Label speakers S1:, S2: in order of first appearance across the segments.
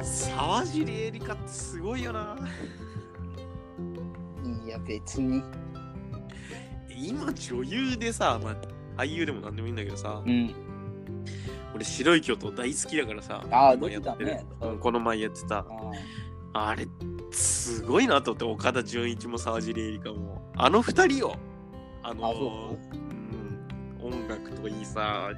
S1: 田尻エリカってすごいよな。
S2: いや、別に。
S1: 今女優でさ、まあ、俳優でも何でもいいんだけどさ、
S2: うん。
S1: 俺白い巨頭大好きだからさ、
S2: ああ、
S1: この前
S2: でき
S1: や
S2: た
S1: ってる
S2: ね。
S1: うんこの前やってた
S2: あ。ー
S1: あれ、すごいなと思って、岡田准一も沢尻エリカも。あの二人よ。あの
S2: あそう
S1: うん、音楽といいさ、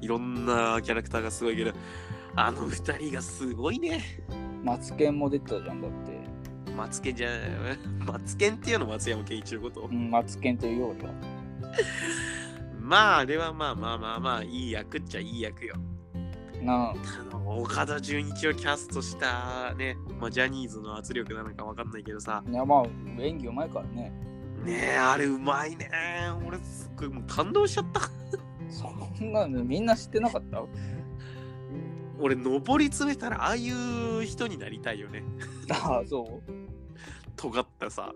S1: いろんなキャラクターがすごいけど、あの二人がすごいね。
S2: マツケンも出てたじゃん、だって。
S1: マツケンじゃない、マツケンっていうの松山ケン一のこと
S2: う。ん、マツケンというよりは。
S1: まあ、あれはまあまあまあまあ、いい役っちゃいい役よ。
S2: な
S1: あの岡田准一をキャストしたね、まあ、ジャニーズの圧力なのかわかんないけどさ、
S2: あ、いやまあ、演技うまいからね。
S1: ねえ、あれうまいね。俺、すっごいもう感動しちゃった。
S2: そんなのみんな知ってなかった
S1: 俺、上り詰めたら、ああいう人になりたいよね。
S2: ああ、そう。
S1: 尖ったさ、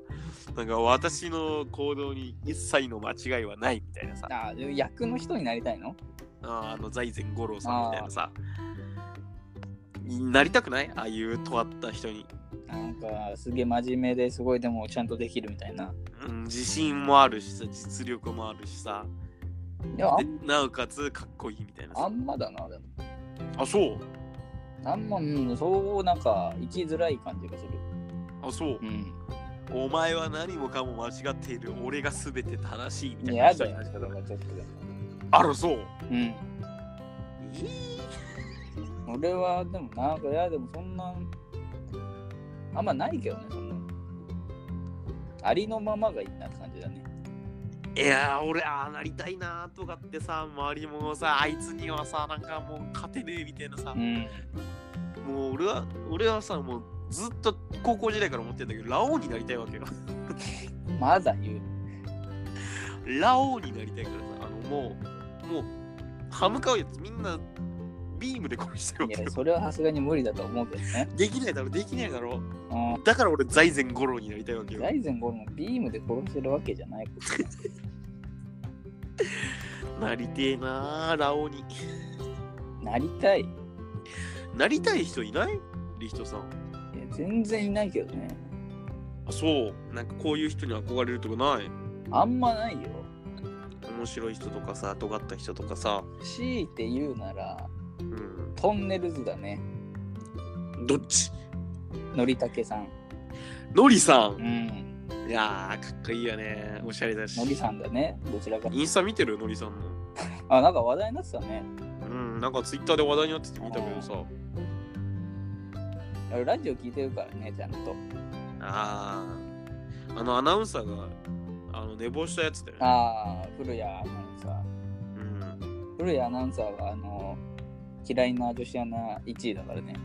S1: なんか私の行動に一切の間違いはないみたいなさ、あ
S2: ああ、でも役の人になりたいの
S1: ーあの財前五郎さんみたいなさ、なりたくないああいう尖った人に。
S2: なんか、すげえ真面目ですごいでもちゃんとできるみたいな。
S1: うん、自信もあるしさ、実力もあるしさ、
S2: いや、あ
S1: で
S2: ん
S1: なおかつかっこいいみたいな
S2: あ
S1: さ。
S2: んまだな、でも。
S1: あ、そう
S2: あんま、うん、そう、なんか、生きづらい感じがする。
S1: あ、そう
S2: う。ん。
S1: お前は何もかも間違っている。俺が全て正しいみたい
S2: い
S1: な
S2: や、
S1: 人
S2: だ
S1: にな
S2: よ、
S1: りた
S2: ちょっ
S1: く
S2: と
S1: ない。
S2: でも。
S1: あら、そう。
S2: うん。
S1: いい
S2: 俺は、でも、なんか、いや、でも、そんな、あんまないけどね、そんな。ありのままがいいなって感じだね。
S1: いやー俺ああなりたいなーとかってさ周りもさあいつにはさなんかもう勝てねえみたいなさ
S2: うん。
S1: もう俺は俺はさもうずっと高校時代から思ってんだけどラオウになりたいわけよ
S2: まだ言う。
S1: ラオウになりたいからさあのもうもう歯向かうやつみんなビームで殺してるわ
S2: い
S1: け
S2: や、
S1: よ
S2: それはさすがに無理だと思うけどね。
S1: できないだろできないだろ
S2: うん。
S1: だから俺財前五郎になりたいわけよ
S2: 財前ゴロもビームで殺せるわけじゃないからね。
S1: なりてえなーラオウに
S2: なりたい。い
S1: なりたい人いないリヒトさん
S2: や全然いないけどね。
S1: あそうなんかこういう人に憧れるとかない
S2: あんまないよ。
S1: 面白い人とかさ尖った人とかさ、
S2: 強いて言うなら、
S1: うん、
S2: トンネルズだね。
S1: どっち
S2: のりたけさん。
S1: のりさ
S2: うんん。
S1: いやーかっこいいよねおしゃれだし
S2: のりさんだね。どちらか。
S1: インスタ見てるのりさんの
S2: あ、なんか話題になってたね。
S1: うんなんかツイッターで話題になってて見たけどさ
S2: 俺ラジオ聞いてるからね、ちゃんと。
S1: あーあのアナウンサーがあの寝坊したやつだよね
S2: ああ、古谷アナウンサー。
S1: うん
S2: 古谷アナウンサーは、あの、嫌いな女子アナ1位だからね。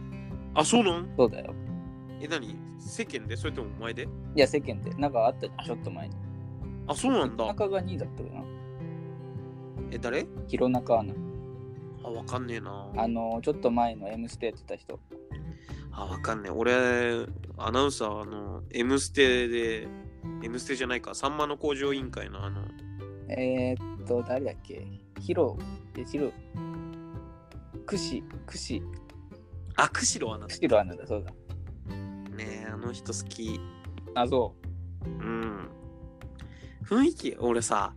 S1: あそうなん
S2: そうだよ。
S1: え何世間でそれともお前で
S2: いや、世間って、なんかあったじゃん、ちょっと前に。
S1: あそうなんだ
S2: 中が2位だったかな。
S1: え誰
S2: 弘中アナ。
S1: あわかんねえな
S2: あの、ちょっと前の M ステやってた人。
S1: あ、わかんねえ。俺、アナウンサー、あの、M ステで、M ステじゃないか、さんまの工場委員会の、あの、
S2: えー、っと、誰だっけヒロ、え、ヒロ、クシ、クシ、
S1: あ、釧路アナ
S2: クシロアナだ、そうだ。
S1: ねえ、あの人好き。
S2: あ、そ
S1: うん。雰囲気、俺さ、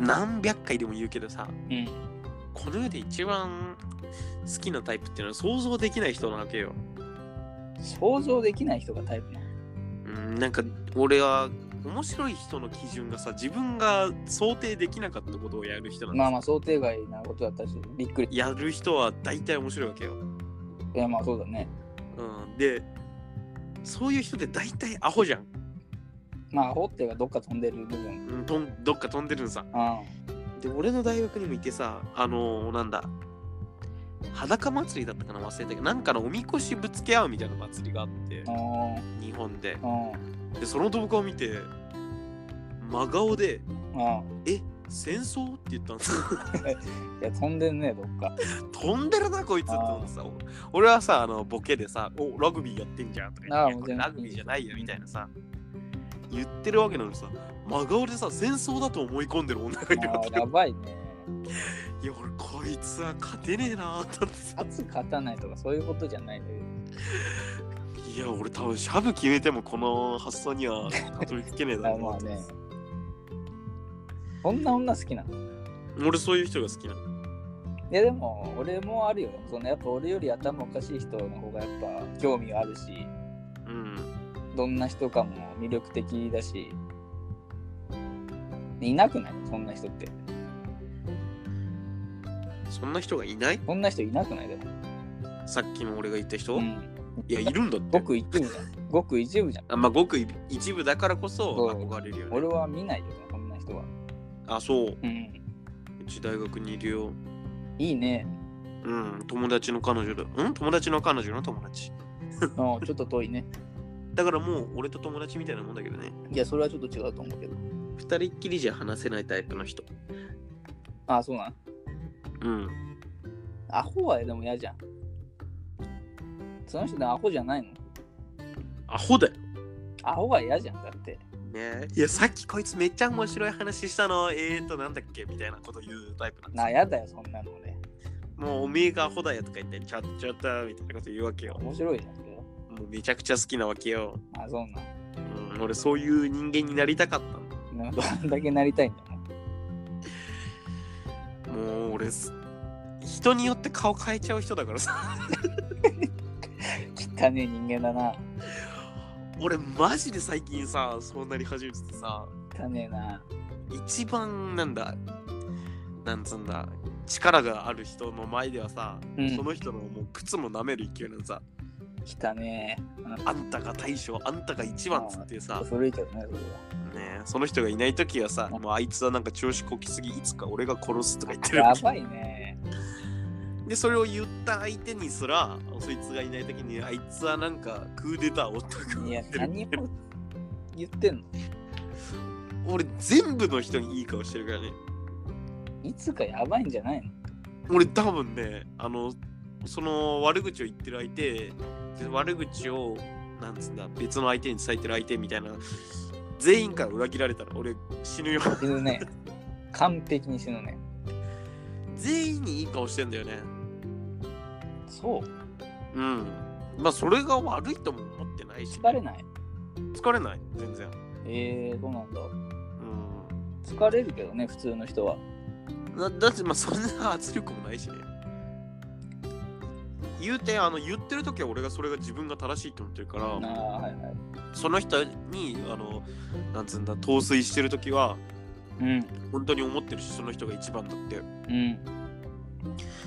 S1: 何百回でも言うけどさ、
S2: う。うん。
S1: この世で一番好きなタイプっていうのは想像できない人なわけよ。
S2: 想像できない人がタイプなの。
S1: うん、なんか、俺は、面白い人の基準がさ、自分が想定できなかったことをやる人なんで
S2: ますあまあ、想定外なことだったし、びっくり。い
S1: やる人は大体面白いわけよ。
S2: や、まあそうだね。
S1: うん、でそういう人って大体アホじゃん、
S2: まあ、アホっていうか、どっか飛んでる部分。
S1: うん、とんどっか飛んでるのさ
S2: あ
S1: で俺の大学にもいてさあのー、なんだ裸祭りだったかな忘れたけどなんかのおみこしぶつけ合うみたいな祭りがあって
S2: あ、うん、
S1: 日本で
S2: うん、
S1: でその動画を見て真顔で
S2: うん。
S1: 「え戦争?」って言ったんです
S2: いや、飛んでんね、どっか。
S1: 飛んでるなこいつって思ってさお俺はさあのボケでさ「おラグビーやってんじゃん」とか
S2: あ
S1: 言
S2: あ
S1: っていやこれ
S2: もう全然
S1: ラグビーじゃないよみたいなさ言ってるわけなのにさ真顔でさ戦争だと思い込んでる女がいるわ
S2: あ
S1: け
S2: ーや
S1: よ
S2: ばいね。
S1: いや俺こいつは勝てねえなーって思ってさ
S2: 勝つ勝たないとか、そういうことじゃないんだけど。
S1: いや、俺多分シャブ決めてもこの発想にはたどり着けねえだ
S2: あ
S1: ろう
S2: ま
S1: な
S2: あ
S1: と思
S2: ね
S1: って。
S2: そんな女好きなのい
S1: 俺そういう人が好きなの。
S2: やでも俺もあるよそのやっぱ俺より頭おかしい人の方がやっぱ興味あるし
S1: うん。
S2: どんな人かも魅力的だしいなくないそんな人って
S1: そんな人がいない
S2: そんな人いなくないでも、
S1: さっきの俺が言った人、
S2: う
S1: い
S2: ん、
S1: や、いるんだって
S2: ご。く一部じゃんごく一部じゃん
S1: あまあ、ごく一部だからこそ
S2: そう
S1: 憧れるよね。
S2: 俺は見ないよそんな人は、
S1: あ、そう。
S2: うん、
S1: うち大学にいるよ。
S2: いいね
S1: うん、友達の彼女だ。うん友達の彼女の友達。
S2: うんちょっと遠いね
S1: だからもう俺と友達みたいなもんだけどね。
S2: いやそれはちょっと違うと思うけど
S1: 二人っきりじゃ話せないタイプの人。
S2: あそうなん
S1: うん。
S2: アホはでも嫌じゃんその人でアホじゃないの
S1: アホだよ。
S2: アホは嫌じゃんだって
S1: ねいや、さっきこいつめっちゃ面白い話したの。えーと、なんだっけみたいなこと言うタイプなんです
S2: なあ
S1: よ
S2: 嫌だよそんなのね
S1: もうおめえがアホだよとか言って、ちゃっちゃったみたいなこと言うわけよ。
S2: 面白いじゃんそれは
S1: もうめちゃくちゃ好きなわけよ。
S2: あそうなん
S1: うん、俺そういう人間になりたかったの。
S2: なんかどんだけなりたいんだな
S1: もう俺す、人によって顔変えちゃう人だからさ。
S2: 汚ねえ人間だな
S1: 俺マジで最近さそうなり始めててさ
S2: 汚ねえな
S1: 一番なんだなんつうんだ力がある人の前ではさ、
S2: うん
S1: その人のもう靴も舐める勢いなのさ
S2: 汚ね
S1: あんたが大将あんたが一番っつって
S2: え
S1: さ、
S2: 古いけどねそれ
S1: ねえ、その人がいない時はさもうあいつはなんか調子こきすぎいつか俺が殺すとか言ってる
S2: はやばいね
S1: でそれを言った相手にすらそいつがいない時にあいつはなんかクーデターをとか
S2: い
S1: 言
S2: や
S1: ってる
S2: 何も言ってんの
S1: 俺全部の人にいい顔してるからね
S2: いつかやばいんじゃないの
S1: 俺多分ねあのその悪口を言ってる相手で悪口をなんつうんだ別の相手に伝えてる相手みたいな全員から裏切られたら俺死ぬよ
S2: 死ぬね完璧に死ぬね
S1: 全員にいい顔してんだよね
S2: そう
S1: うんまあそれが悪いとも思ってないし
S2: 疲れない
S1: 疲れない全然
S2: えー、そうなんだ
S1: う
S2: 疲れるけどね普通の人は
S1: んだだってまあそんな圧力もないしね言うてあの言ってる時は俺がそれが自分が正しいと思ってるから
S2: ああはいはい
S1: その人にあのなんつうんだ陶酔してる時は
S2: うん
S1: 本当に思ってるしその人が一番だって
S2: うん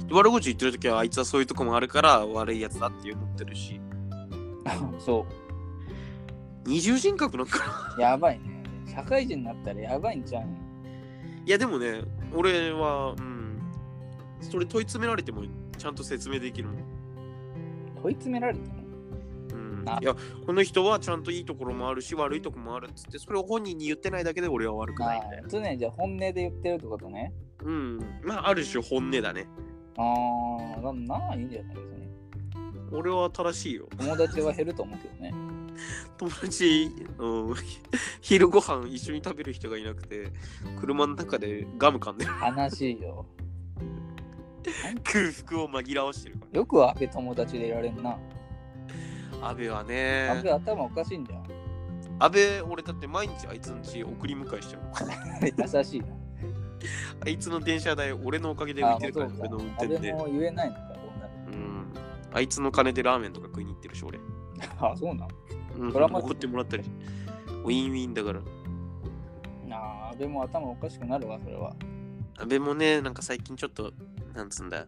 S1: 悪口言ってる時はあいつはそういうとこもあるから悪いやつだって思ってるし
S2: そ
S1: 二重人格なんかな
S2: うやばいね社会人になったらやばいんじゃん
S1: いやでもね俺はうんそれ問い詰められてもちゃんと説明できるもん、
S2: 問い詰められても
S1: うん
S2: あ、
S1: いやこの人はちゃんといいところもあるし悪いところもあるっつってそれを本人に言ってないだけで俺は悪くない
S2: あ
S1: みたいな
S2: ー常にじゃあ本音で言ってるってことね
S1: うんまあある種本音だね
S2: ああななあいいんじゃないですかね
S1: 俺は正しいよ
S2: 友達は減ると思うけどね
S1: 友達、うん、 昼ご飯一緒に食べる人がいなくて車の中でガム噛んでる
S2: 悲しいよ
S1: 空腹を紛らわしてるか
S2: よく安倍友達でいられんな
S1: ら安倍は
S2: 安
S1: ね
S2: 倍頭おかしいんだよ
S1: 安倍俺だって毎日あいつの家送り迎えしてるもん
S2: 優しいな
S1: あいつの電車代俺のおかげで浮
S2: あ
S1: いてるから俺の運
S2: 安
S1: 転
S2: 倍
S1: で
S2: も言えないのかどうなる
S1: うんあいつの金でラーメンとか食いに行ってるし俺、
S2: あそうな
S1: うん、
S2: ドラマ
S1: 怒ってもらったりウィンウィンだから
S2: のああ安倍も頭おかしくなるわそれは
S1: 安倍もねなんか最近ちょっとなんつうんだ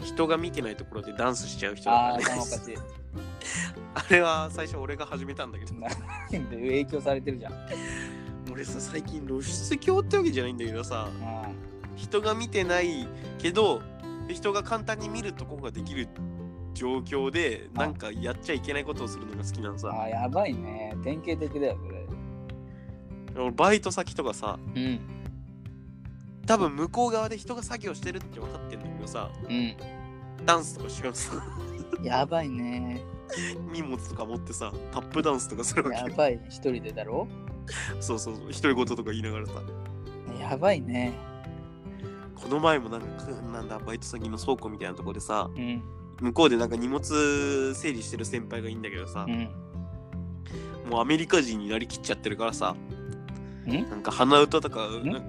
S1: 人が見てないところでダンスしちゃう人だか
S2: ああ
S1: らね
S2: 頭おかしい
S1: あれは最初俺が始めたんだけど
S2: な影響されてるじゃん
S1: 俺さ最近露出狂ってわけじゃないんだけどさ
S2: あ
S1: 人が見てないけど人が簡単に見るとこができる状況で
S2: あ
S1: なんかやっちゃいけないことをするのが好きなのさ
S2: あやばいね典型的だよそれ
S1: 俺バイト先とかさ
S2: うん
S1: 多分向こう側で人が作業してるって分かってんだけどさ
S2: う
S1: ダンスとかしようさ
S2: んやばいね
S1: 荷物とか持ってさタップダンスとかするわけ
S2: や
S1: よ
S2: ばい一人でだろ
S1: そうそうそう独り言とか言いながらさ
S2: やばいね
S1: この前もなんかなんだバイト先の倉庫みたいなとこでさ
S2: うん
S1: 向こうでなんか荷物整理してる先輩がいいんだけどさ、
S2: うん。
S1: もうアメリカ人になりきっちゃってるからさ、
S2: ん
S1: なんか鼻歌とか、
S2: ん
S1: なんか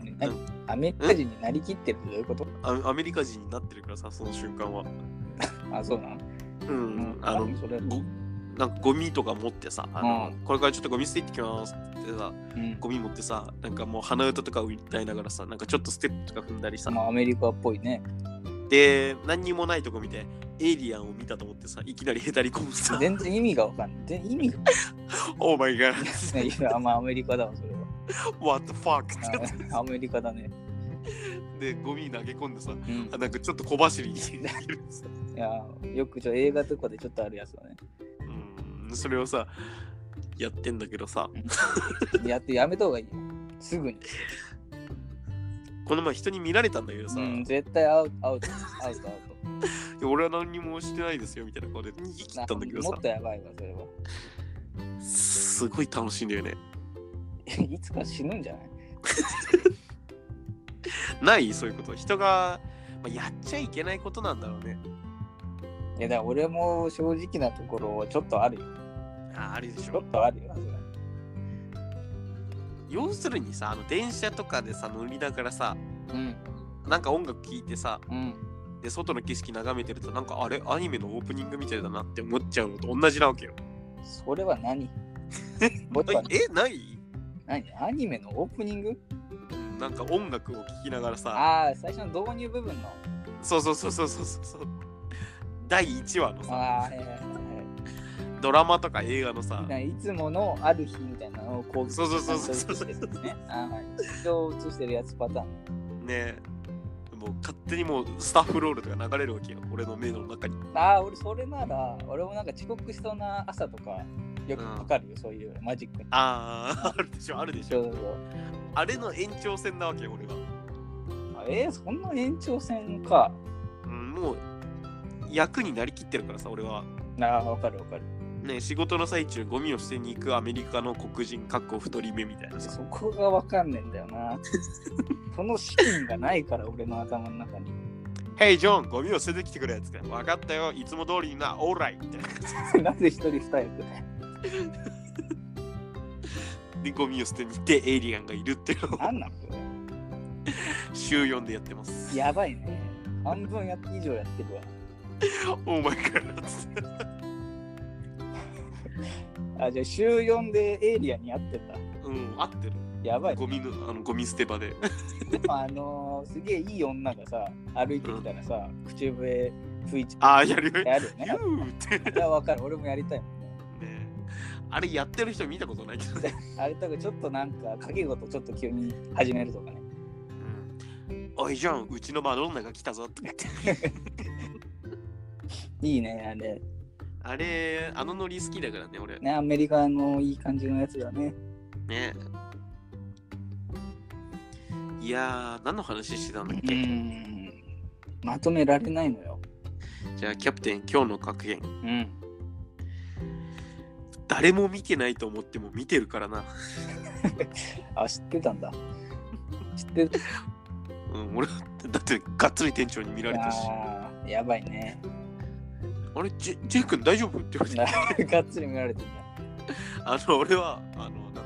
S2: 何何アメリカ人になりきってるってどういうこと
S1: あアメリカ人になってるからさ、その瞬間は。
S2: あ、そうなの
S1: う、
S2: うん
S1: あの、
S2: それ。う
S1: ごなんかゴミとか持ってさ、あの
S2: う
S1: これからちょっとゴミ捨て行ってきますってさ、
S2: ん
S1: ゴミ持ってさ、なんかもう鼻歌とかを歌いながらさ、なんかちょっとステップとか踏んだりさ、
S2: まあ、アメリカっぽい ね。
S1: で、何にもないとこ見て、エイリアンを見たと思ってさ、いきなりへたり込む さ、
S2: 全然意味がわかんない。全然意味がわ
S1: オーマイガー、
S2: かん ない。いや、まあ、アメリカだわ、それ
S1: what the fuck ってや
S2: は。あアメリカだね。
S1: つで、ゴミ投げ込んでさ、
S2: うん
S1: あ。なんかちょっと小走りに逃げるさ
S2: いや、よくちょ映画とかでちょっとあるやつだね。
S1: うん、それをさ、やってんだけどさ、
S2: やってやめた方がいいよ。すぐに。
S1: この前人に見られたんだけどさ、
S2: うん、絶対アウト、アウト、アウト、アウト。
S1: いや俺は何にもしてないですよみたいな顔で言い切ったんだけど
S2: も
S1: さ
S2: っとやばいわ、それは。
S1: すごい楽しいんだよね
S2: いつか死ぬんじゃない
S1: ないそういうこと人が、まあ、やっちゃいけないことなんだろうね
S2: いや、だから俺も正直なところ、ちょっとあるよ。
S1: ああれでし
S2: ちょ
S1: ょ
S2: っとあるよ、それは
S1: 要するにさあの電車とかでさ乗りながらさ
S2: うん、
S1: なんか音楽聴いてさ
S2: うん。
S1: で外の景色眺めてるとなんかあれアニメのオープニングみたいだなって思っちゃうのと同じなわけよ
S2: それは何僕は
S1: えない
S2: 何アニメのオープニング
S1: うんなんか音楽を聴きながらさ
S2: ああ、最初の導入部分の。
S1: そうそうそうそうそうそう第1話の
S2: ああ
S1: さ、
S2: はいはいはいはい。
S1: ドラマとか映画のさ
S2: ないつものある日みたいなのをこう
S1: そうそうそうそうそう
S2: ちゃんと映してるんですね。あーはい。人を映してるやつパターン。
S1: ねもう勝手にもうスタッフロールとか流れるわけよ俺の目の中に
S2: ああ、俺それなら、俺もなんか遅刻しそうな朝とか、よくかかるよ、そういうマジックに。
S1: あーあるでしょあるでし
S2: そう
S1: ょ
S2: そうそう
S1: あれの延長線なわけよ俺は、
S2: あえー、そんな延長戦か。
S1: うん、もう役になりきってるからさ俺は
S2: なあ、わかるわかる。
S1: ね仕事の最中ゴミを捨てに行くアメリカの黒人かっこ太り目みたいなさ
S2: そこがわかんねえんだよな。 そのシーンがないから、俺の頭の中に。
S1: 「Hey ジョンゴミを捨ててきてくれ」っつって「分かったよいつも通りになオーライ」みたいな
S2: なぜ一人二役ね。
S1: でゴミを捨てに行ってエイリアンがいるっていうのを
S2: なんなのこ
S1: 週4でやってます
S2: れやばいね。半分や以上やってるわ。
S1: お前からつって
S2: あ、じゃあ週4でエイリアンに会ってた。
S1: うん合ってる
S2: やばい。
S1: ゴミのあのゴミ捨て場で
S2: でもあのー、すげえいい女がさ、歩いてきたらさ、口笛吹いちゃ
S1: ああやるよ
S2: う。やるよ
S1: 「
S2: ね
S1: ユ。ー」って
S2: いや、わかる。俺もやりたいもんね。
S1: ねあれやってる人見たことないけどね。
S2: あれとかちょっとなんか掛け事ちょっと急に始めるとかね。
S1: おいじゃん、うちのマドンナが来たぞとか言って。
S2: いいね、あれ。
S1: あれ、あのノリ好きだからね、俺。
S2: ね、アメリカのいい感じのやつだね。
S1: ね。いやー、何の話してたんだっ
S2: う
S1: け、
S2: ん。まとめられないのよ。
S1: じゃあ、キャプテン、今日の格言。
S2: うん。
S1: 誰も見てないと思っても見てるからな。
S2: あ、知ってたんだ。知ってた。
S1: うん、俺は、だって、がっつり店長に見られたし。
S2: あーやばいね。
S1: あれ、ジェジェイ君大丈夫って言われて。
S2: がっつり見られてる
S1: あの、俺は、あの、なんだ、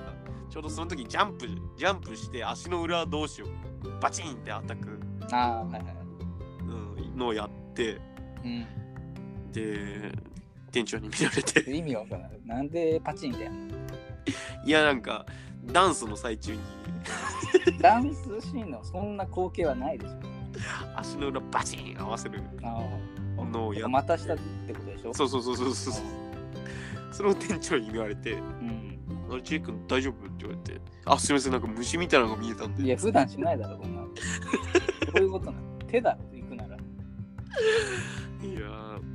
S1: ちょうどその時ジャンプ、ジャンプして足の裏同士をバチンってアタック。
S2: じゃん。ああー、はいはい。
S1: うんのをやって
S2: うん。
S1: で店長に見られて
S2: 意味わからない。なんでパチンってやんの
S1: いやなんかダンスの最中に
S2: ダンスシーンのそんな光景はないでしょ。
S1: 足の裏バチン合わせる
S2: あ
S1: のをや
S2: あ。
S1: っ
S2: またしたってことでしょ
S1: そうそうそうそうそうそれを店長に言われて
S2: うん。
S1: 「あれチェイ君大丈夫?」って言われて「あすいませんなんか虫みたいなのが見えたん
S2: い
S1: で
S2: や、普段しないだろ、こんな の。そういうことなの。手だろ、行くなら。
S1: いやー